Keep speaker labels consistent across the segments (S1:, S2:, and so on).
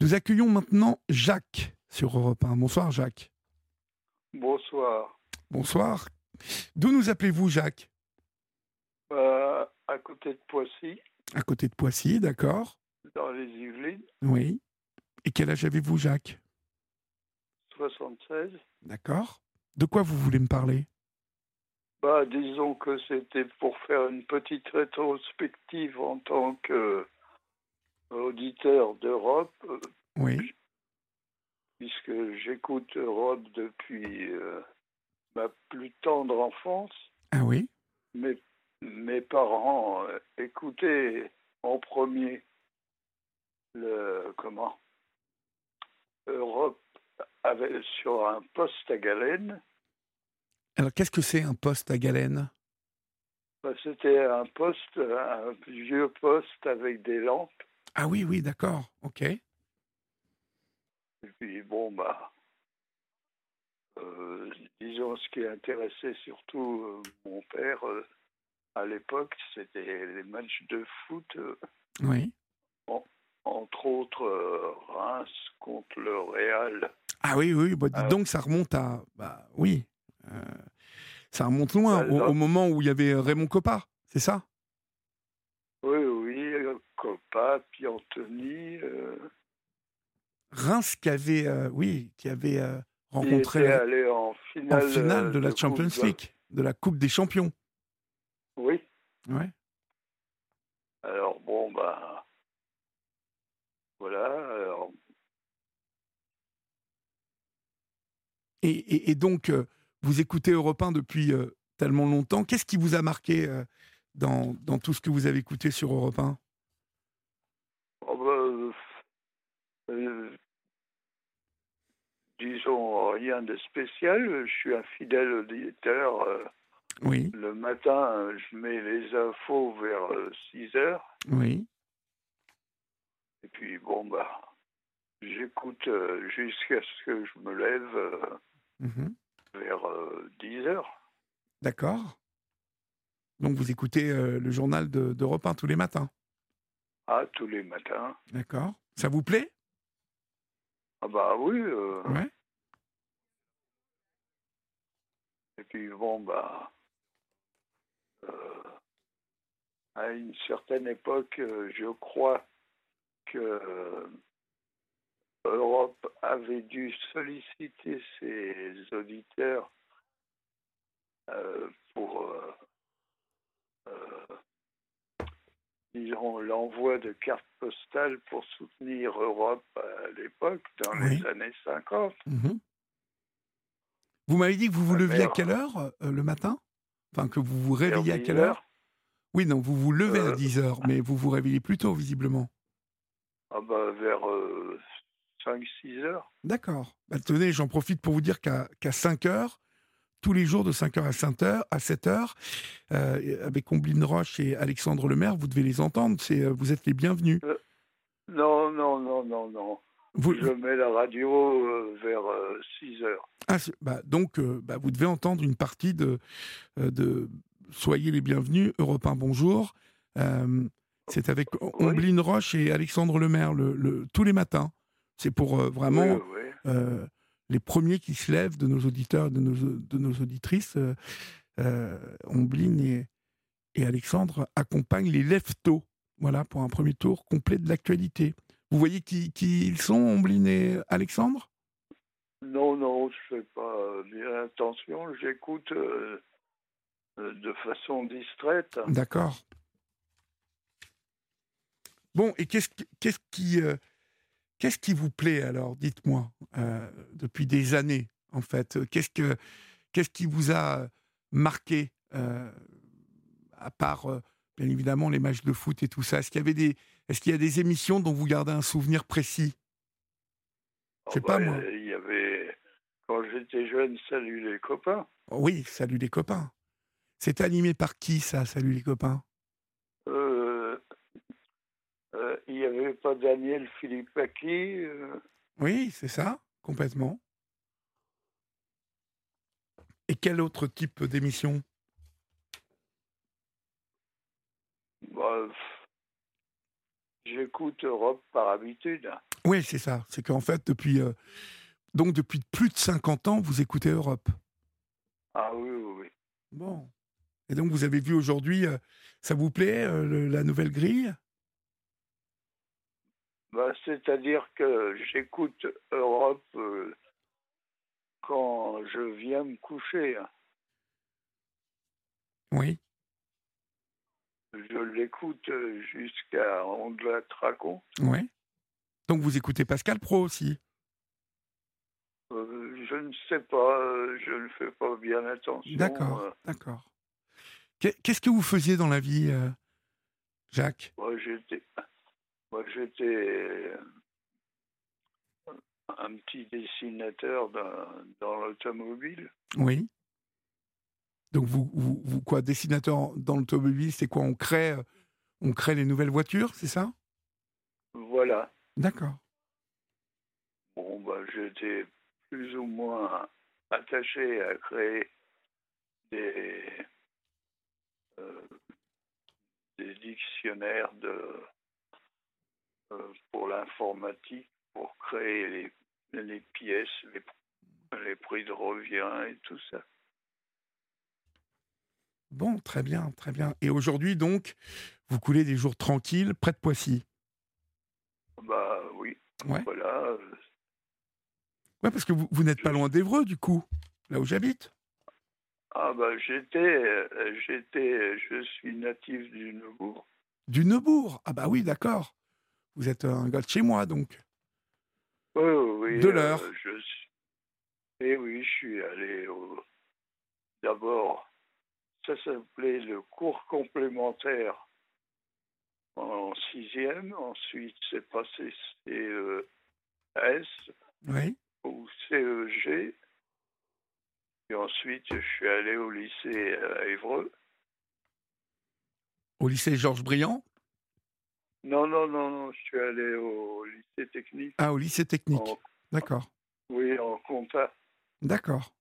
S1: Nous accueillons maintenant Jacques sur Europe 1. Bonsoir Jacques.
S2: Bonsoir.
S1: Bonsoir. D'où nous appelez-vous Jacques
S2: Euh, à côté de Poissy,
S1: À côté de Poissy, d'accord
S2: dans les Yvelines,
S1: Oui. Et quel âge avez-vous Jacques
S2: 76.
S1: D'accord. De quoi vous voulez me parler
S2: Bah, disons que c'était pour faire une petite rétrospective en tant que euh, auditeur d'Europe, euh,
S1: Oui.
S2: puisque j'écoute Europe depuis euh, ma plus tendre enfance.
S1: Ah oui
S2: Mes, mes parents euh, écoutaient en premier le comment Europe avait sur un poste à galène.
S1: Alors qu'est-ce que c'est un poste à galène
S2: Bah, C'était un poste, un vieux poste avec des lampes.
S1: Ah oui, oui, d'accord. Ok.
S2: Et puis bon, bah, euh, disons ce qui intéressait surtout euh, mon père euh, à l'époque, c'était les matchs de foot, euh,
S1: Oui.
S2: entre autres euh, Reims contre le Real.
S1: Ah oui, oui, bah, dites
S2: Ah.
S1: donc, ça remonte à. Bah oui. Euh, ça remonte loin,
S2: Bah,
S1: au,
S2: là-
S1: au moment où il y avait euh, Raymond Coppa, c'est ça
S2: Oui, oui, euh, Coppa, Piantoni, euh,
S1: Reims qui avait, euh, oui, qui avait euh,
S2: il était
S1: rencontré
S2: allé en
S1: en
S2: finale,
S1: finale
S2: euh,
S1: de la
S2: Coupe
S1: Champions
S2: de-
S1: League, de la Coupe des Champions.
S2: Oui.
S1: Ouais.
S2: Alors bon, bah voilà. Alors,
S1: Et, et- et donc, euh, vous écoutez Europe 1 depuis euh, tellement longtemps. Qu'est-ce qui vous a marqué euh, dans, dans tout ce que vous avez écouté sur Europe 1
S2: Oh bah, euh, euh, disons rien de spécial. Je suis un fidèle auditeur. euh,
S1: Oui,
S2: Le matin, euh, je mets les infos vers 6 heures.
S1: oui.
S2: Et puis, bon, bah, j'écoute euh, jusqu'à ce que je me lève euh,
S1: Mhm.
S2: vers euh, 10 heures.
S1: D'accord. Donc, vous écoutez euh, le journal de- d'Europe 1 tous les matins.
S2: Ah, tous les matins.
S1: D'accord. Ça vous plaît
S2: Ah, bah oui. euh,
S1: Ouais.
S2: Et puis, bon, bah. euh, à une certaine époque, euh, je crois que euh, Europe avait dû solliciter ses auditeurs euh, pour, euh, euh, disons, l'envoi de cartes postales pour soutenir Europe à l'époque, dans
S1: Oui.
S2: les années 50.
S1: Mhm. Vous m'avez dit que vous vous
S2: Ah,
S1: leviez à
S2: merde.
S1: quelle heure euh, le matin Enfin, que vous vous
S2: Vers
S1: réveillez à
S2: 10
S1: quelle
S2: heures.
S1: heure Oui, non, vous vous levez à
S2: Euh,
S1: 10 heures, mais vous vous réveillez plus tôt, visiblement.
S2: Ah bah, vers 5-6 heures.
S1: D'accord. Bah, tenez, j'en profite pour vous dire qu'à qu'à 5 heures, tous les jours de 5 heures à 5 heures, à 7 heures, euh, avec Omblin Roche et Alexandre Lemaire, vous devez les entendre. C'est, euh, vous êtes les bienvenus.
S2: Non, non, non, non, non.
S1: Vous,
S2: Je mets la radio euh, vers 6 heures.
S1: ah, c'est- bah, donc, euh, bah, vous devez entendre une partie de, euh, de Soyez les bienvenus, Europe 1 Bonjour. Euh, c'est avec O-
S2: Oui.
S1: Omblin Roche et Alexandre Lemaire le, le- tous les matins. C'est pour euh, vraiment
S2: Oui, oui.
S1: euh, les premiers qui se lèvent de nos auditeurs, de nos, de nos auditrices, euh, euh, Ombline et, et Alexandre, accompagnent les lève-tôt. Voilà, pour un premier tour complet de l'actualité. Vous voyez qui, qui ils sont, Ombline et Alexandre
S2: Non, non, je fais pas euh, bien attention. J'écoute euh, euh, de façon distraite.
S1: D'accord. Bon, et qu'est-ce qui- qu'est-ce qui, euh, qu'est-ce qui vous plaît alors Dites-moi, euh, depuis des années, en fait. Euh, Qu'est-ce que qu'est-ce qui vous a euh, marqué, euh, à part, euh, bien évidemment, les matchs de foot et tout ça Est-ce qu'il y, avait des, est qu'il y a des émissions dont vous gardez un souvenir précis
S2: Ah
S1: c'est pas
S2: bah,
S1: moi.
S2: Il y avait, quand j'étais jeune, Salut les copains.
S1: Oh Oui, Salut les copains. C'est animé par qui, ça, Salut les copains
S2: Euh, euh, il n'y avait pas Daniel Philippaki. euh,
S1: Oui, c'est ça, complètement. Et quel autre type d'émission
S2: bah, pff, J'écoute Europe par habitude.
S1: Oui, c'est ça. C'est qu'en fait, depuis, euh, donc depuis plus de 50 ans, vous écoutez Europe.
S2: Ah oui, oui, oui.
S1: Bon. Et donc, vous avez vu aujourd'hui, euh, ça vous plaît, euh, le- la nouvelle grille
S2: Bah, C'est-à-dire que j'écoute Europe euh, quand je viens me coucher. hein.
S1: Oui.
S2: Je l'écoute euh, jusqu'à On de la Tracon.
S1: Oui. Donc, vous écoutez Pascal Pro aussi.
S2: Euh, je ne sais pas, euh, je ne fais pas bien attention.
S1: D'accord.
S2: euh,
S1: D'accord. Qu'est- Qu'est-ce que vous faisiez dans la vie, euh, Jacques
S2: Moi, j'étais, moi, j'étais euh, un petit dessinateur dans, dans l'automobile.
S1: Oui. Donc, vous, vous, vous- quoi, dessinateur en- dans l'automobile, c'est quoi On crée, euh, on crée les nouvelles voitures, c'est ça
S2: Voilà.
S1: D'accord.
S2: Bon, bah, j'étais plus ou moins attaché à créer des, euh, des dictionnaires de, euh, pour l'informatique, pour créer les, les pièces, les, les prix de revient et tout ça.
S1: Bon, très bien, très bien. Et aujourd'hui, donc, vous coulez des jours tranquilles près de Poissy.
S2: Bah oui,
S1: Ouais.
S2: voilà. euh,
S1: Ouais, parce que vous, vous n'êtes pas loin d'Evreux, du coup, là où j'habite.
S2: Ah bah j'étais, euh, j'étais, je suis natif du Neubourg.
S1: Du Neubourg. Ah bah oui, d'accord. Vous êtes euh, un gars de chez moi, donc.
S2: Oui, oui, oui,
S1: De
S2: euh,
S1: l'heure.
S2: je suis- Eh oui, je suis allé au... D'abord, ça s'appelait le cours complémentaire en sixième. Ensuite, c'est passé CES
S1: Oui.
S2: ou CEG. Et ensuite, je suis allé au lycée à Évreux.
S1: Au lycée Georges Briand.
S2: Non, non, non, non, je suis allé au lycée technique.
S1: Ah, au lycée technique.
S2: en-
S1: D'accord.
S2: Oui, en compta.
S1: D'accord.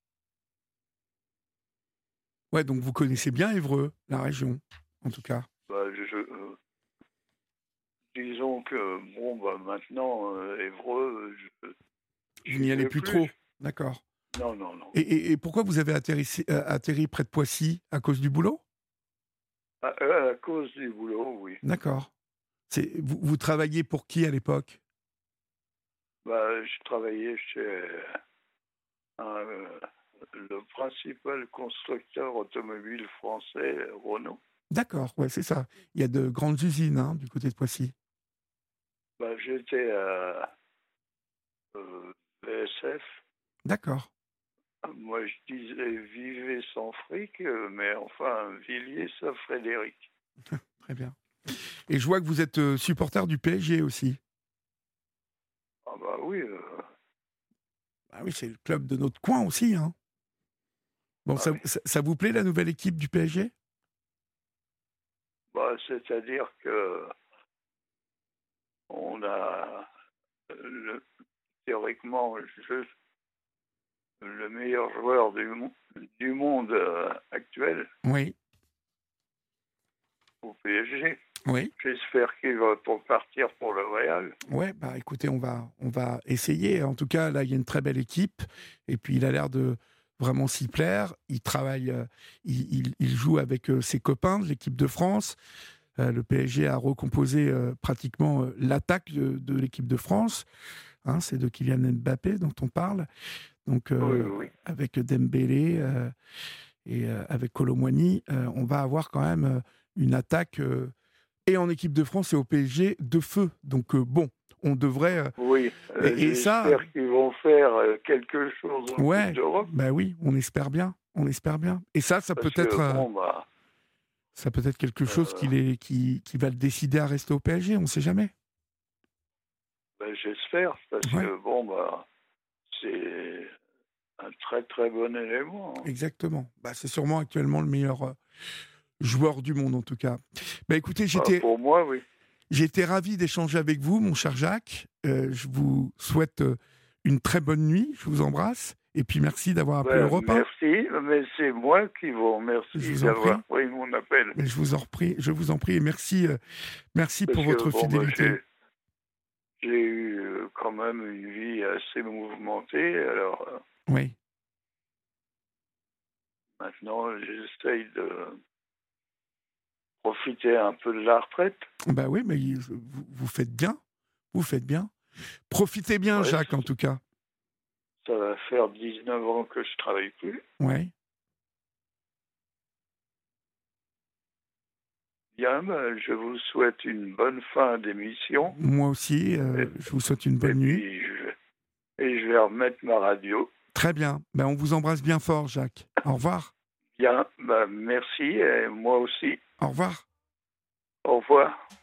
S1: Ouais, donc vous connaissez bien Évreux, la région, en tout cas.
S2: Bah, je, euh, disons que, bon, bah, maintenant, euh, Évreux, je,
S1: Vous n'y allez
S2: vais
S1: plus
S2: plus.
S1: trop. D'accord.
S2: Non, non, non.
S1: Et, et- et pourquoi vous avez atterri, euh, atterri près de Poissy À cause du boulot
S2: À, à- à cause du boulot, oui.
S1: D'accord. C'est- Vous, vous travaillez pour qui à l'époque
S2: Bah, je travaillais chez euh, un, euh, le principal constructeur automobile français, Renault.
S1: D'accord, ouais, c'est ça. Il y a de grandes usines hein, du côté de Poissy.
S2: Bah, j'étais à euh, VSF.
S1: D'accord.
S2: Moi, je disais vivez sans fric, euh, mais enfin, Villiers, ça, Frédéric.
S1: Très bien. Et je vois que vous êtes euh, supporter du PSG aussi.
S2: Ah, bah oui. euh,
S1: Ah oui, c'est le club de notre coin aussi. hein. Bon,
S2: Ah
S1: ça,
S2: oui.
S1: ça- ça vous plaît la nouvelle équipe du PSG
S2: Bah, C'est-à-dire que on a euh, le- théoriquement je- le meilleur joueur du, mo- du monde euh, actuel
S1: Oui,
S2: au PSG.
S1: oui.
S2: J'espère qu'il va pour partir pour le Real.
S1: Ouais, bah écoutez, on va, on va essayer. En tout cas, là, il y a une très belle équipe. Et puis, il a l'air de vraiment s'y plaire. Il travaille, euh, il, il- il joue avec euh, ses copains de l'équipe de France. Euh, le PSG a recomposé euh, pratiquement euh, l'attaque de, de l'équipe de France. Hein, C'est de Kylian Mbappé dont on parle. Donc, euh,
S2: Oui, oui.
S1: avec Dembélé euh, et euh, avec Colomwani, euh, on va avoir quand même euh, une attaque euh, et en équipe de France et au PSG de feu. Donc euh, bon, on devrait. euh,
S2: Oui. euh,
S1: Et- et ça-
S2: J'espère qu'ils vont faire euh, quelque chose en
S1: Ouais.
S2: Coupe d'Europe.
S1: bah oui, on espère bien, on espère bien. Et ça, ça peut
S2: parce que,
S1: être, euh,
S2: bon, bah,
S1: ça peut être quelque chose
S2: euh,
S1: qui, les- qui, qui va le décider à rester au PSG. On ne sait jamais.
S2: bah, j'espère parce
S1: Ouais.
S2: que bon bah c'est un très très bon élément. hein.
S1: Exactement. Bah, c'est sûrement actuellement le meilleur euh, joueur du monde en tout cas. Bah écoutez,
S2: Bah,
S1: j'étais
S2: pour moi, oui.
S1: J'ai été ravi d'échanger avec vous, mon cher Jacques. Euh, je vous souhaite euh, une très bonne nuit. Je vous embrasse. Et puis merci d'avoir appelé
S2: Ben,
S1: Europe 1.
S2: Merci, mais c'est moi qui vous
S1: Je
S2: remercie
S1: vous en
S2: d'avoir pris mon appel.
S1: Mais je vous en prie, je vous en prie et merci, euh, merci pour
S2: Parce que,
S1: votre
S2: bon, ben,
S1: fidélité.
S2: j'ai- j'ai eu euh, quand même une vie assez mouvementée. Alors euh,
S1: Oui.
S2: maintenant, j'essaye de profiter un peu de la retraite.
S1: Ben oui, mais il- vous, vous faites bien. Vous faites bien. Profitez bien,
S2: Ouais,
S1: Jacques, en
S2: c'est-
S1: tout cas.
S2: Ça va faire 19 ans que je travaille plus.
S1: Ouais.
S2: Bien, ben, je vous souhaite une bonne fin d'émission.
S1: Moi aussi, euh, je vous souhaite une bonne
S2: et
S1: nuit.
S2: Puis je vais- et je vais remettre ma radio.
S1: Très bien. Ben, on vous embrasse bien fort, Jacques. Au revoir.
S2: Bien, ben, merci et bah, moi aussi.
S1: Au revoir.
S2: Au revoir.